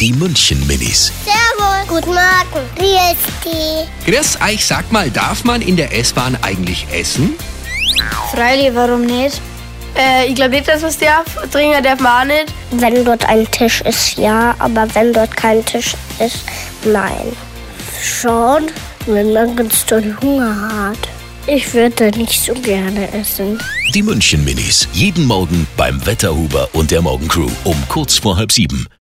Die München-Minis. Servus. Guten Morgen. Wie ist die? Chris, ich sag mal, darf man in der S-Bahn eigentlich essen? Freilich, warum nicht? Äh, ich glaube nicht, dass was darf. Trinken darf man auch nicht. Wenn dort ein Tisch ist, ja, aber wenn dort kein Tisch ist, nein. Schon, wenn man ganz doll Hunger hat. Ich würde nicht so gerne essen. Die München-Minis. Jeden Morgen beim Wetterhuber und der Morgencrew um kurz vor halb sieben.